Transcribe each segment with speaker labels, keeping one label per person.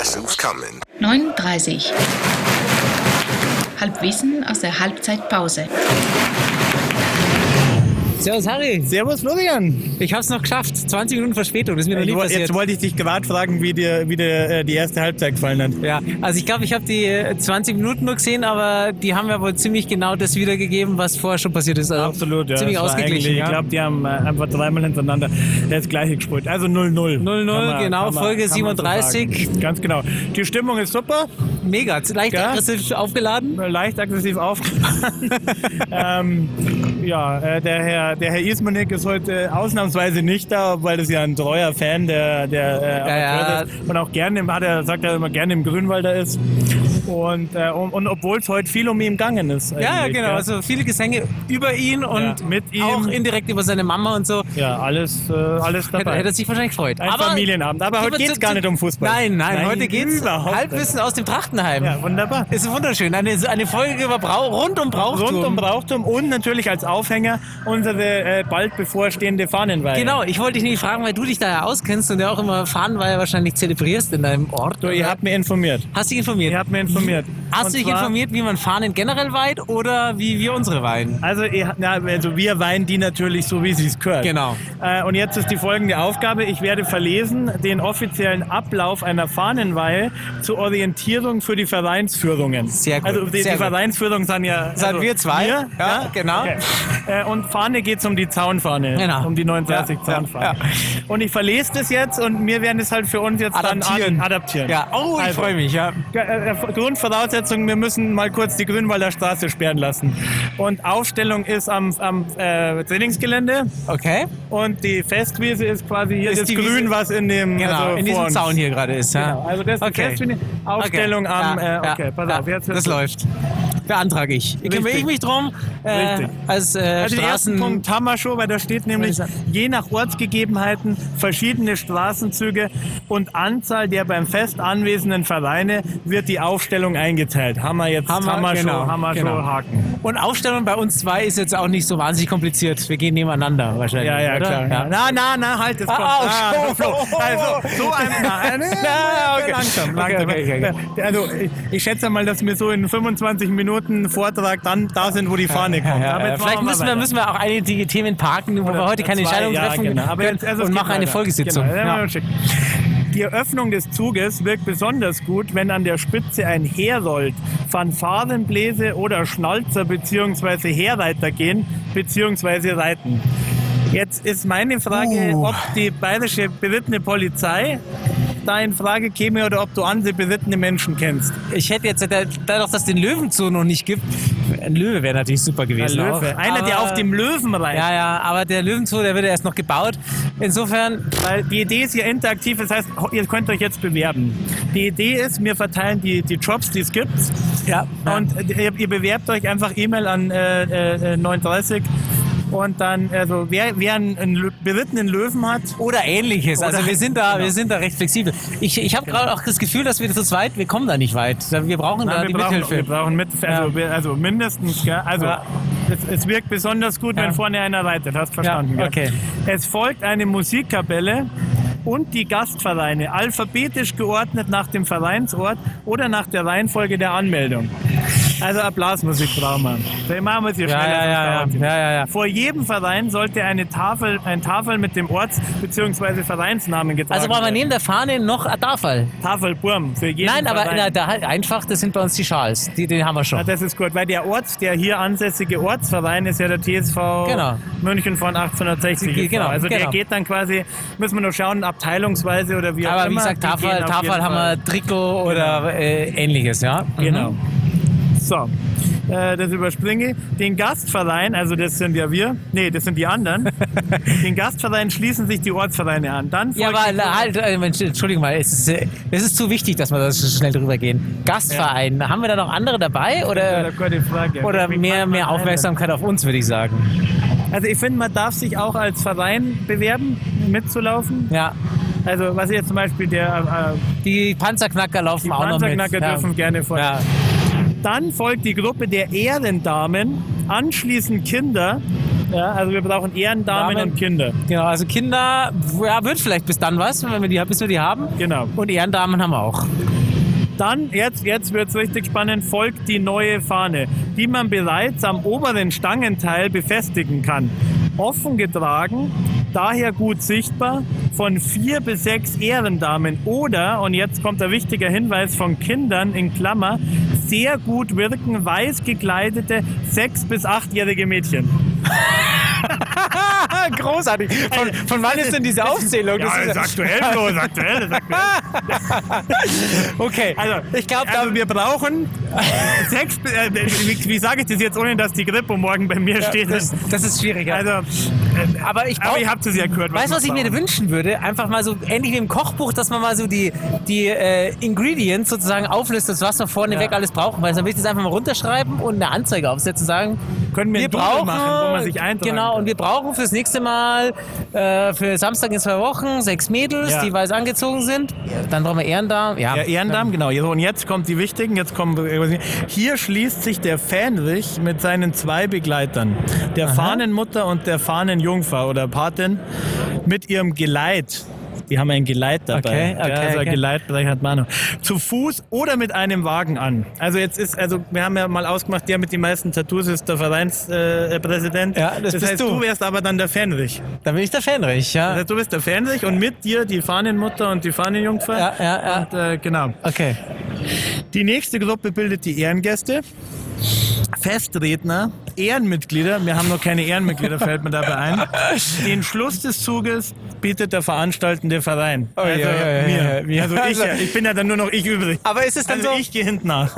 Speaker 1: zusammen.
Speaker 2: 39. Halbwissen aus der Halbzeitpause.
Speaker 3: Servus Harry.
Speaker 4: Servus Florian.
Speaker 3: Ich hab's noch geschafft. 20 Minuten Verspätung, das ist mir noch nie
Speaker 4: Ich woll-
Speaker 3: passiert.
Speaker 4: Jetzt wollte ich dich gerade fragen, wie dir, wie dir äh, die erste Halbzeit gefallen hat.
Speaker 3: Ja, also ich glaube, ich habe die äh, 20 Minuten nur gesehen, aber die haben ja wohl ziemlich genau das wiedergegeben, was vorher schon passiert ist. Also Ziemlich
Speaker 4: das war
Speaker 3: ausgeglichen.
Speaker 4: eigentlich- Ich
Speaker 3: Ja.
Speaker 4: glaube, die haben äh, einfach dreimal hintereinander das gleiche gespielt. Also 0-0.
Speaker 3: 0-0,
Speaker 4: Kann man-
Speaker 3: genau,
Speaker 4: kann man-
Speaker 3: Folge
Speaker 4: kann man so
Speaker 3: 37.
Speaker 4: sagen. Ganz genau. Die Stimmung ist super,
Speaker 3: Mega, leicht
Speaker 4: Ja.
Speaker 3: aggressiv aufgeladen.
Speaker 4: leicht aggressiv aufgefahren. ähm, ja, äh, der Herr, der Herr Ismanik ist heute ausnahmsweise nicht da, weil das ja ein treuer Fan der, der äh,
Speaker 3: Ja,
Speaker 4: Amateurs
Speaker 3: ja.
Speaker 4: ist. Und auch gerne, im, hat er, sagt er immer, gerne im Grünwalder ist. Und, äh, und, und obwohl es heute viel um ihn gegangen ist.
Speaker 3: Ja, ja,
Speaker 4: eigentlich,
Speaker 3: genau.
Speaker 4: gell?
Speaker 3: Also viele Gesänge über ihn und
Speaker 4: mit ihm.
Speaker 3: auch indirekt über seine Mama und so.
Speaker 4: Ja, alles, äh, alles
Speaker 3: Hätte,
Speaker 4: dabei.
Speaker 3: hätte er sich wahrscheinlich gefreut.
Speaker 4: Ein Familienabend. Aber heute
Speaker 3: Kommen wir
Speaker 4: geht's
Speaker 3: zu-
Speaker 4: gar
Speaker 3: zu-
Speaker 4: nicht um Fußball.
Speaker 3: Nein, nein,
Speaker 4: Nein,
Speaker 3: heute geht's
Speaker 4: überhaupt
Speaker 3: Halbwissen aus dem Trachtenheim.
Speaker 4: ja, wunderbar.
Speaker 3: Ist wunderschön. Eine, eine Folge über Brau rund um Brauchtum.
Speaker 4: Rund um Brauchtum und natürlich als Aufhänger unsere äh, bald bevorstehende Fahnenweihe.
Speaker 3: Genau, ich wollte dich nämlich fragen, weil du dich da ja auskennst und ja auch immer Fahnenweihe wahrscheinlich zelebrierst in deinem Ort.
Speaker 4: So, ihr habt mir informiert.
Speaker 3: Hast dich informiert?
Speaker 4: Ihr habt mir informiert.
Speaker 3: Hast
Speaker 4: Und
Speaker 3: du dich
Speaker 4: zwar-
Speaker 3: informiert, wie man Fahnen generell weiht oder wie wir unsere weihen?
Speaker 4: Also, ihr, na, also wir weihen die natürlich so, wie sie es gehört.
Speaker 3: Genau.
Speaker 4: Äh, und jetzt ist die folgende Aufgabe. Ich werde verlesen den offiziellen Ablauf einer Fahnenweihe zur Orientierung für die Vereinsführungen.
Speaker 3: Sehr gut,
Speaker 4: Also die,
Speaker 3: sehr
Speaker 4: die
Speaker 3: gut.
Speaker 4: Vereinsführungen sind ja...
Speaker 3: Sind
Speaker 4: also
Speaker 3: wir zwei?
Speaker 4: Wir,
Speaker 3: Ja, genau.
Speaker 4: Okay. Äh, und Fahne geht es um die Zaunfahne.
Speaker 3: Genau.
Speaker 4: Um die 39
Speaker 3: Ja,
Speaker 4: Zaunfahne.
Speaker 3: ja,
Speaker 4: Und ich verlese das jetzt und wir werden es halt für uns jetzt dann
Speaker 3: Adaptieren.
Speaker 4: an- adaptieren.
Speaker 3: Ja, oh, ich
Speaker 4: Also,
Speaker 3: freue mich, ja.
Speaker 4: ja, äh, Grundvoraussetzung, wir müssen mal kurz die Grünwalder Straße sperren lassen. Und Aufstellung ist am, am äh, Trainingsgelände
Speaker 3: Okay?
Speaker 4: und die Festwiese ist quasi hier
Speaker 3: Ist
Speaker 4: das
Speaker 3: die
Speaker 4: Grün,
Speaker 3: Wiese-
Speaker 4: was in dem
Speaker 3: Genau,
Speaker 4: also
Speaker 3: in
Speaker 4: vor
Speaker 3: diesem
Speaker 4: uns.
Speaker 3: Zaun hier gerade ist. Ja.
Speaker 4: Genau, also das ist die
Speaker 3: okay.
Speaker 4: Festwiese. Aufstellung
Speaker 3: okay.
Speaker 4: am...
Speaker 3: Ja,
Speaker 4: äh,
Speaker 3: ja,
Speaker 4: okay, pass
Speaker 3: ja,
Speaker 4: auf, jetzt
Speaker 3: das läuft. Beantrage ich. Ich kümmere
Speaker 4: Richtig.
Speaker 3: ich mich drum äh,
Speaker 4: Richtig.
Speaker 3: als äh,
Speaker 4: Also den ersten
Speaker 3: Straßen...
Speaker 4: Punkt haben wir schon, weil da steht nämlich,
Speaker 3: Wollte ich
Speaker 4: je nach Ortsgegebenheiten verschiedene Straßenzüge und Anzahl der beim Fest anwesenden Vereine wird die Aufstellung eingeteilt. Haben wir jetzt
Speaker 3: Haben wir, genau,
Speaker 4: schon, haben wir
Speaker 3: genau.
Speaker 4: schon Haken.
Speaker 3: Und Aufstellung bei uns zwei ist jetzt auch nicht so wahnsinnig kompliziert. Wir gehen nebeneinander wahrscheinlich.
Speaker 4: Ja, ja,
Speaker 3: oder?
Speaker 4: klar. Ja. Na, na, na, halt, es
Speaker 3: Ah,
Speaker 4: kommt.
Speaker 3: ah,
Speaker 4: Ah,
Speaker 3: oh,
Speaker 4: so,
Speaker 3: oh, oh.
Speaker 4: also, so ein, na, na,
Speaker 3: Na, okay.
Speaker 4: langsam,
Speaker 3: Okay,
Speaker 4: langsam.
Speaker 3: okay, okay,
Speaker 4: Also, ich, ich schätze mal, dass wir so in 25 Minuten Vortrag dann da sind, wo die Fahne kommt.
Speaker 3: Ja,
Speaker 4: Aber
Speaker 3: ja,
Speaker 4: jetzt machen
Speaker 3: vielleicht
Speaker 4: mal
Speaker 3: müssen wir,
Speaker 4: weiter.
Speaker 3: müssen wir auch einige Themen parken, wo wir heute keine
Speaker 4: Zwei,
Speaker 3: Entscheidung
Speaker 4: ja,
Speaker 3: treffen
Speaker 4: genau. Aber
Speaker 3: können
Speaker 4: jetzt- also es
Speaker 3: und
Speaker 4: geht
Speaker 3: machen eine
Speaker 4: weiter.
Speaker 3: Folgesitzung.
Speaker 4: Genau,
Speaker 3: Ja.
Speaker 4: ja. Die Eröffnung des Zuges wirkt besonders gut, wenn an der Spitze ein Herold, Fanfarenbläse oder Schnalzer bzw. Heerreiter gehen bzw. reiten. Jetzt ist meine Frage,
Speaker 3: Uh.
Speaker 4: ob die bayerische berittene Polizei da in Frage käme oder ob du andere berittene Menschen kennst.
Speaker 3: Ich hätte jetzt, äh, dadurch, dass es den Löwenzoo noch nicht gibt, ein Löwe wäre natürlich super gewesen.
Speaker 4: Der
Speaker 3: Auch.
Speaker 4: Löwe. Einer, der
Speaker 3: Genau. Aber-
Speaker 4: auf dem Löwen reitet.
Speaker 3: Ja, ja, aber der Löwenzoo, der wird ja erst noch gebaut. Insofern,
Speaker 4: Weil die Idee ist ja interaktiv, das heißt, ihr könnt euch jetzt bewerben. Die Idee ist, wir verteilen die, die Jobs, die es gibt.
Speaker 3: ja.
Speaker 4: Und äh, ihr, ihr bewerbt euch einfach E-Mail an äh, äh, 39 und dann, also wer, wer einen, einen Lö- berittenen Löwen hat,
Speaker 3: Oder ähnliches. also
Speaker 4: Oder-
Speaker 3: wir sind da,
Speaker 4: genau.
Speaker 3: wir sind da recht flexibel. Ich, ich habe gerade auch das Gefühl, dass wir zu zweit, wir kommen da nicht weit. Wir brauchen da
Speaker 4: wir,
Speaker 3: die
Speaker 4: brauchen,
Speaker 3: Mithilfe.
Speaker 4: wir brauchen mit, also, wir- also mindestens, gell? also
Speaker 3: Ja.
Speaker 4: es, es wirkt besonders gut,
Speaker 3: Ja.
Speaker 4: wenn vorne einer reitet, hast verstanden.
Speaker 3: Ja,
Speaker 4: gell?
Speaker 3: okay.
Speaker 4: Es folgt eine Musikkapelle und die Gastvereine, alphabetisch geordnet nach dem Vereinsort oder nach der Reihenfolge der Anmeldung. Also Applausmusik brauchen wir. Dann machen wir es hier
Speaker 3: Ja,
Speaker 4: schneller.
Speaker 3: ja, ja,
Speaker 4: sonst dauert's.
Speaker 3: ja, ja, ja.
Speaker 4: Vor jedem Verein sollte eine Tafel, ein Tafel mit dem Orts- bzw. Vereinsnamen getragen
Speaker 3: Also brauchen wir
Speaker 4: werden.
Speaker 3: neben der Fahne noch ein Tafel.
Speaker 4: Tafelburm für jeden
Speaker 3: Nein, aber
Speaker 4: Verein.
Speaker 3: na, da halt einfach, das sind bei uns die Schals. Die, die haben wir
Speaker 4: Ja,
Speaker 3: schon.
Speaker 4: Ah, das ist gut, weil der Orts, der hier ansässige Ortsverein ist ja der TSV
Speaker 3: Genau.
Speaker 4: München von 1860.
Speaker 3: Ge-
Speaker 4: e.V..
Speaker 3: genau,
Speaker 4: also der
Speaker 3: genau.
Speaker 4: geht dann quasi, müssen wir nur schauen, abteilungsweise oder wie auch
Speaker 3: Aber wie
Speaker 4: immer.
Speaker 3: gesagt,
Speaker 4: Die
Speaker 3: Tafel,
Speaker 4: gehen auf
Speaker 3: Tafel
Speaker 4: jeden
Speaker 3: haben
Speaker 4: Fall.
Speaker 3: wir Trikot oder äh, ähnliches, ja. Mhm.
Speaker 4: Genau. So, äh, das überspringe. ich. Den Gastverein, also das sind ja wir, nee, das sind die anderen. den Gastverein schließen sich die Ortsvereine an. Dann
Speaker 3: Ja,
Speaker 4: folgt
Speaker 3: aber
Speaker 4: die-
Speaker 3: na, halt, äh, Mensch, Entschuldigung mal, es ist, äh, es ist zu wichtig, dass wir da so schnell drüber gehen. Gastverein, haben wir da noch andere dabei
Speaker 4: Das
Speaker 3: oder,
Speaker 4: ist eine gute Frage.
Speaker 3: äh, oder
Speaker 4: Wie
Speaker 3: mehr,
Speaker 4: macht man
Speaker 3: mehr
Speaker 4: eine?
Speaker 3: Aufmerksamkeit auf uns, würde ich sagen.
Speaker 4: Also ich finde, man darf sich auch als Verein bewerben, mitzulaufen.
Speaker 3: Ja,
Speaker 4: Also was jetzt zum Beispiel der äh,
Speaker 3: die Panzerknacker laufen
Speaker 4: Die
Speaker 3: auch noch mit.
Speaker 4: Panzerknacker
Speaker 3: ja.
Speaker 4: dürfen gerne vor.
Speaker 3: ja.
Speaker 4: Dann folgt die Gruppe der Ehrendamen, anschließend Kinder. Ja, also wir brauchen Ehrendamen
Speaker 3: Damen.
Speaker 4: und Kinder.
Speaker 3: Genau, also Kinder, ja, wird vielleicht bis dann was, wenn wir die, bis wir die haben.
Speaker 4: Genau.
Speaker 3: Und Ehrendamen haben wir auch.
Speaker 4: Dann, jetzt, jetzt wird's richtig spannend, folgt die neue Fahne, die man bereits am oberen Stangenteil befestigen kann. Offen getragen, daher gut sichtbar, von vier bis sechs Ehrendamen oder, und jetzt kommt der wichtige Hinweis von Kindern in Klammer, sehr gut wirken weiß gekleidete sechs- bis achtjährige Mädchen.
Speaker 3: Großartig. Von, von wann ist denn diese Aufzählung?
Speaker 4: Ja,
Speaker 3: Das
Speaker 4: Äh, ist aktuell bloß, aktuell, ist aktuell.
Speaker 3: okay.
Speaker 4: Also,
Speaker 3: ich glaube, da
Speaker 4: also wir brauchen sechs, äh, wie, wie sage ich das jetzt, ohne dass die Grippe morgen bei mir steht?
Speaker 3: das, das ist schwieriger.
Speaker 4: also, äh,
Speaker 3: aber ich
Speaker 4: aber
Speaker 3: brauch-
Speaker 4: ihr habt es ja gehört.
Speaker 3: Weißt du, was ich
Speaker 4: wir
Speaker 3: mir
Speaker 4: brauchen.
Speaker 3: wünschen würde? Einfach mal so ähnlich wie im Kochbuch, dass man mal so die, die äh, Ingredients sozusagen auflistet, was wir vorneweg
Speaker 4: Ja.
Speaker 3: alles brauchen. Weil dann will ich das einfach mal runterschreiben und eine Anzeige aufsetzen und sagen,
Speaker 4: Können wir
Speaker 3: wir
Speaker 4: ein Doodle
Speaker 3: brauchen,
Speaker 4: machen, wo man sich eintragen
Speaker 3: Genau,
Speaker 4: kann.
Speaker 3: und wir brauchen fürs nächste Mal, äh, für Samstag in zwei Wochen, sechs Mädels,
Speaker 4: Ja.
Speaker 3: die weiß angezogen sind. Dann brauchen wir Ehrendamen. Ja,
Speaker 4: Ja, Ehrendamen, genau. So, Und jetzt kommt äh, die wichtigen, jetzt kommen hier schließt sich der Fähnrich mit seinen zwei Begleitern, der Fahnenmutter und der Fahnenjungfer oder Patin, mit ihrem Geleit. Die haben ein Geleit dabei.
Speaker 3: Okay, okay,
Speaker 4: ja, also
Speaker 3: okay.
Speaker 4: Geleit vielleicht hat Manu. Zu Fuß oder mit einem Wagen an. Also jetzt ist, also wir haben ja mal ausgemacht, der mit den meisten Tattoos ist der Vereinspräsident. Äh, Präsident.
Speaker 3: Ja, das bist
Speaker 4: heißt,
Speaker 3: du.
Speaker 4: du wärst aber dann der Fähnrich.
Speaker 3: Dann bin ich der Fähnrich, ja.
Speaker 4: Das heißt, du bist der Fähnrich und mit dir die Fahnenmutter und die Fahnenjungfer.
Speaker 3: Ja, ja, ja.
Speaker 4: Und, äh, genau.
Speaker 3: Okay.
Speaker 4: Die nächste Gruppe bildet die Ehrengäste, Festredner, Ehrenmitglieder. Wir haben noch keine Ehrenmitglieder, fällt mir dabei ein. Den Schluss des Zuges bietet der veranstaltende Verein. Also
Speaker 3: Oh, ja, ja, ja, ja, ja.
Speaker 4: mir.
Speaker 3: Wir-
Speaker 4: Also ich,
Speaker 3: also- also
Speaker 4: ja. ich bin ja dann nur noch ich übrig.
Speaker 3: Aber ist es dann
Speaker 4: Also
Speaker 3: so?
Speaker 4: ich gehe hinten nach.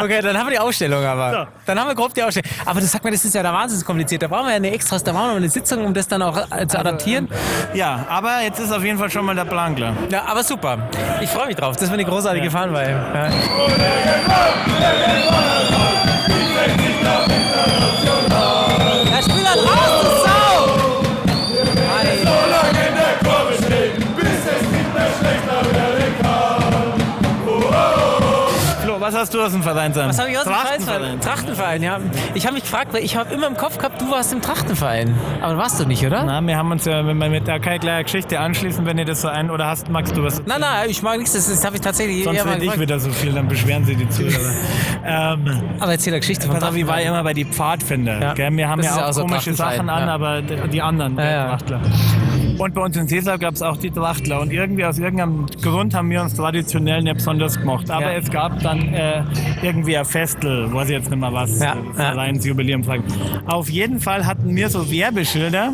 Speaker 3: Okay, dann haben wir die Ausstellung aber.
Speaker 4: So.
Speaker 3: Dann haben wir grob die Ausstellung. Aber das sagt man, das ist ja da wahnsinnig kompliziert. Da brauchen wir ja eine Extras, da brauchen wir eine Sitzung, um das dann auch äh, zu adaptieren.
Speaker 4: Ja, aber jetzt ist auf jeden Fall schon mal der Plan klar.
Speaker 3: Ja, aber super. Ich freue mich drauf. Das wird eine großartige
Speaker 4: Ja.
Speaker 3: Fahnenweih. Ja. Der Spieler raus, du Sau! Ei,
Speaker 4: Flo, was hast du aus dem Verein?
Speaker 3: Was habe ich aus dem Vereinsverein? Trachtenverein, ja. Ich habe mich gefragt, weil ich habe immer im Kopf gehabt, du warst im Trachtenverein. Aber warst du nicht, oder?
Speaker 4: Na, wir haben uns ja, wenn wir mit der Kai gleich Geschichte anschließen, wenn ihr das so ein, oder hast, magst du was?
Speaker 3: Nein, nein, ich mag nichts. Das, das habe ich tatsächlich
Speaker 4: Sonst
Speaker 3: eher mal
Speaker 4: rede ich
Speaker 3: gefragt.
Speaker 4: wieder so viel, dann beschweren sie die Zuhörer. ähm,
Speaker 3: Aber erzähl eine Geschichte von
Speaker 4: Pass auf, ich war
Speaker 3: Trachtenverein.
Speaker 4: immer bei die Pfadfinder.
Speaker 3: Ja.
Speaker 4: Gell? Wir haben
Speaker 3: Das ist
Speaker 4: ja
Speaker 3: ja
Speaker 4: auch
Speaker 3: auch so
Speaker 4: komische
Speaker 3: Trachtenverein,
Speaker 4: Sachen an,
Speaker 3: ja.
Speaker 4: aber d- die anderen
Speaker 3: Ja,
Speaker 4: die
Speaker 3: ja.
Speaker 4: Trachtler. Und bei uns in Sesar gab es auch die Trachtler. Und irgendwie aus irgendeinem Grund haben wir uns traditionell nicht besonders gemacht. Aber
Speaker 3: Ja.
Speaker 4: es gab dann äh, irgendwie ein Festel, weiß ich jetzt nicht mehr was,
Speaker 3: Ja,
Speaker 4: ja.
Speaker 3: ja.
Speaker 4: Jubiläum fragen. Auf jeden Fall hatten wir so Werbeschilder,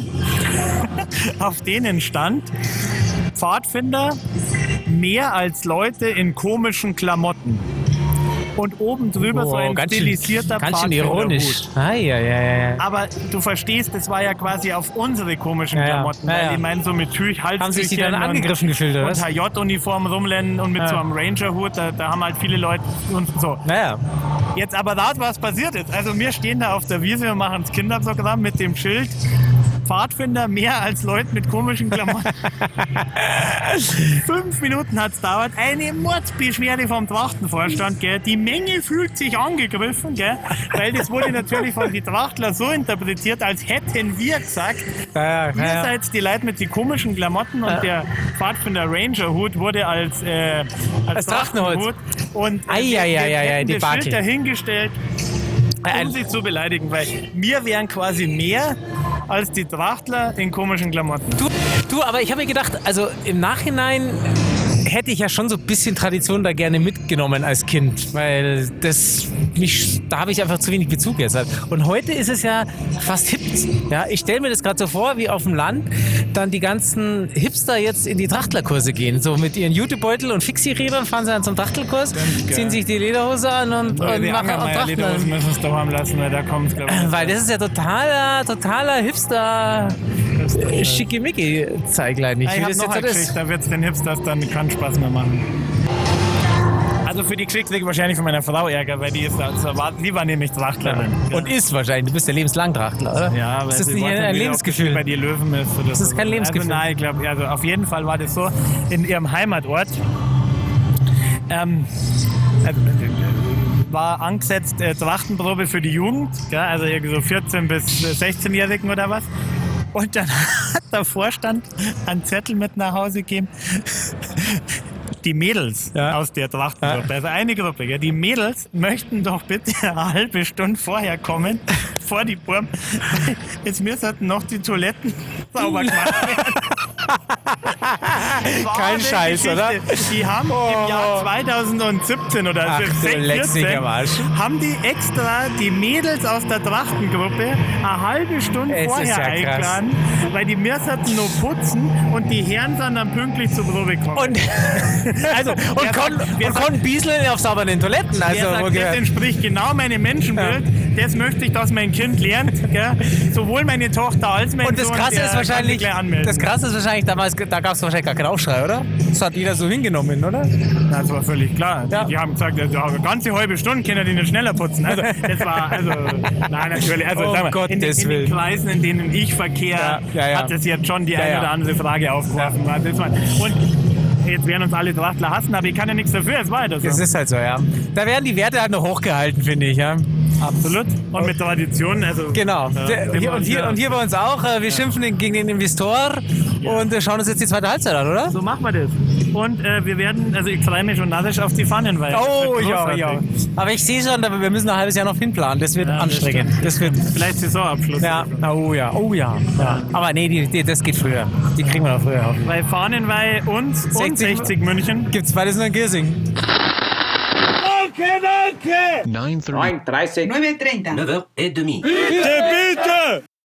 Speaker 4: auf denen stand Pfadfinder mehr als Leute in komischen Klamotten. Und oben drüber so ein stilisierter
Speaker 3: ganz schön ironisch.
Speaker 4: Pfadfinderhut.
Speaker 3: Ah, ja, ja, ja, ja.
Speaker 4: Aber du verstehst, das war ja quasi auf unsere komischen
Speaker 3: Ja, ja.
Speaker 4: Klamotten.
Speaker 3: Ja,
Speaker 4: weil
Speaker 3: ja.
Speaker 4: Ich meine, so mit Tüch, Halstüchern
Speaker 3: Haben sich die dann
Speaker 4: und-
Speaker 3: angegriffen gefühlt, oder
Speaker 4: Und
Speaker 3: was?
Speaker 4: HJ-Uniform rumrennen und mit
Speaker 3: Ja.
Speaker 4: so einem Ranger-Hut, da, da haben halt viele Leute und so.
Speaker 3: Naja,
Speaker 4: Jetzt aber da, was passiert ist. Also wir stehen da auf der Wiese und machen das Kinderprogramm mit dem Schild. Pfadfinder mehr als Leute mit komischen Klamotten. Fünf Minuten hat es dauert. Eine Mordsbeschwerde vom Trachtenvorstand. Gell. Die Menge fühlt sich angegriffen, gell. weil das wurde natürlich von den Trachtler so interpretiert, als hätten wir gesagt,
Speaker 3: naja,
Speaker 4: Ihr
Speaker 3: naja.
Speaker 4: seid die Leute mit den komischen Klamotten und der Pfadfinder Ranger Hut wurde als, äh,
Speaker 3: Als Trachtenholz.
Speaker 4: Und äh,
Speaker 3: Ei,
Speaker 4: wir-
Speaker 3: ei,
Speaker 4: wir
Speaker 3: ei, ei, ei,
Speaker 4: hätten das
Speaker 3: Debakel.
Speaker 4: Schild dahingestellt, um
Speaker 3: Ein-
Speaker 4: sie zu beleidigen, weil wir wären quasi mehr als die Trachtler in komischen Klamotten.
Speaker 3: Du, du aber ich habe mir gedacht, also im Nachhinein hätte ich ja schon so ein bisschen Tradition da gerne mitgenommen als Kind, weil das mich, da habe ich einfach zu wenig Bezug jetzt. halt. Und heute ist es ja fast hip. Ja, ich stelle mir das gerade so vor, wie auf dem Land dann die ganzen Hipster jetzt in die Trachtlerkurse gehen, so mit ihren Jutebeutel und Fixie-Rädern fahren sie dann zum Trachtelkurs,
Speaker 4: Ganz geil.
Speaker 3: ziehen sich die Lederhose an und, und
Speaker 4: die
Speaker 3: machen auch Äh, Trachtler.
Speaker 4: Angermeier-Lederhosen müssen es daheim lassen, weil da kommt es, glaube
Speaker 3: Weil das ist ja totaler, totaler Hipster
Speaker 4: ich.
Speaker 3: äh, Schickimicki-Zeiglein. Ich,
Speaker 4: Ich,
Speaker 3: will
Speaker 4: habe
Speaker 3: das
Speaker 4: noch
Speaker 3: jetzt
Speaker 4: eine
Speaker 3: so das-
Speaker 4: Geschichte, da wird es den Hipsters dann keinen Spaß mehr machen. Also für die Geschichte krieg ich wahrscheinlich von meiner Frau Ärger, weil die ist da zu erwarten. Die war nämlich Trachtlerin.
Speaker 3: Und ist wahrscheinlich. Du bist ja lebenslang Trachtler, oder?
Speaker 4: Ja, aber
Speaker 3: Ist das
Speaker 4: sie
Speaker 3: nicht
Speaker 4: weiß
Speaker 3: ein, ein
Speaker 4: wieder, ob sie Bei
Speaker 3: Lebensgefühl?
Speaker 4: dir Löwen ist. Oder das
Speaker 3: ist kein Lebensgefühl.
Speaker 4: Also nein, ich glaube, also auf jeden Fall war das so in ihrem Heimatort. Ähm, äh, war angesetzt äh, Trachtenprobe für die Jugend, gell? also irgendwie so 14 bis äh, 16-Jährigen oder was. Und dann hat der Vorstand einen Zettel mit nach Hause gegeben. die Mädels
Speaker 3: Ja.
Speaker 4: aus der Trachtengruppe, also eine Gruppe, gell? die Mädels möchten doch bitte eine halbe Stunde vorher kommen, vor die Burm. Jetzt müssen halt noch die Toiletten sauber gemacht werden. Das war
Speaker 3: Kein
Speaker 4: eine
Speaker 3: Scheiß, oder?
Speaker 4: Die haben
Speaker 3: Oh.
Speaker 4: im Jahr 2017 oder
Speaker 3: Ach, du
Speaker 4: 16,
Speaker 3: leckst mich
Speaker 4: 14,
Speaker 3: am Arsch.
Speaker 4: haben die extra die Mädels aus der Trachtengruppe eine halbe Stunde
Speaker 3: Es ist
Speaker 4: vorher
Speaker 3: ja krass.
Speaker 4: eingeladen, weil die Märs hatten nur putzen und die Herren sind dann pünktlich zur Probe gekommen.
Speaker 3: Und, also, und
Speaker 4: Wer
Speaker 3: konnten
Speaker 4: sagt- wer
Speaker 3: und
Speaker 4: sagt-
Speaker 3: konnten bieseln auf sauberen Toiletten. Also,
Speaker 4: Der
Speaker 3: wo
Speaker 4: sagt, das
Speaker 3: gehört-
Speaker 4: entspricht genau meinem Menschenbild. Das möchte ich, dass mein Kind lernt. Gell? Sowohl meine Tochter als mein
Speaker 3: und das
Speaker 4: Sohn.
Speaker 3: Krasse
Speaker 4: der
Speaker 3: ist
Speaker 4: kann sich
Speaker 3: wahrscheinlich,
Speaker 4: gleich anmelden.
Speaker 3: das Krasse ist wahrscheinlich, damals, da gab es wahrscheinlich gar keinen Aufschrei, oder? Das hat jeder so hingenommen, oder?
Speaker 4: Na, Das war völlig klar.
Speaker 3: Ja.
Speaker 4: Die, die haben gesagt, also, eine ganze halbe Stunde können die nicht schneller putzen. Also, das war, also, nein, natürlich. Also,
Speaker 3: Um
Speaker 4: sagen wir, in, den-
Speaker 3: Gottes
Speaker 4: in
Speaker 3: Willen.
Speaker 4: den Kreisen, in denen ich verkehre,
Speaker 3: Ja, ja, ja.
Speaker 4: hat es jetzt schon die
Speaker 3: Ja,
Speaker 4: eine
Speaker 3: ja.
Speaker 4: oder andere Frage aufgeworfen. Also, das war, und jetzt werden uns alle Trachtler hassen, aber ich kann ja nichts dafür, es war halt so.
Speaker 3: Das ist halt so, ja. Da werden die Werte halt noch hochgehalten, finde ich, ja.
Speaker 4: absolut. Und mit Tradition, also.
Speaker 3: Genau.
Speaker 4: äh,
Speaker 3: Der-
Speaker 4: sind wir
Speaker 3: hier, und,
Speaker 4: uns
Speaker 3: hier,
Speaker 4: ja-
Speaker 3: und hier bei uns auch. äh, Wir schimpfen den- gegen den Investor und äh, schauen uns jetzt die zweite Halbzeit an, oder?
Speaker 4: So machen wir das. Und äh, wir werden, also ich freue mich schon narrisch auf die Pfannen, weil.
Speaker 3: Oh,
Speaker 4: das wird
Speaker 3: ja, ja.
Speaker 4: großartig.
Speaker 3: Aber ich sehe schon, da- wir müssen ein halbes Jahr noch hinplanen. Das wird
Speaker 4: Ja, das
Speaker 3: anstrengend.
Speaker 4: stimmt.
Speaker 3: Das wird.
Speaker 4: Vielleicht Saisonabschluss.
Speaker 3: Ja, oh ja, oh ja. ja. Aber nee, die, die, das geht früher. Die kriegen wir noch früher auf.
Speaker 4: Bei Fahnenweih und, und
Speaker 3: 60
Speaker 4: 60 München.
Speaker 3: Gibt's beides nur in Giersing.
Speaker 1: 9.30.
Speaker 5: 9.30,
Speaker 6: 9.30.
Speaker 1: 9h30.
Speaker 4: Bitte, bitte!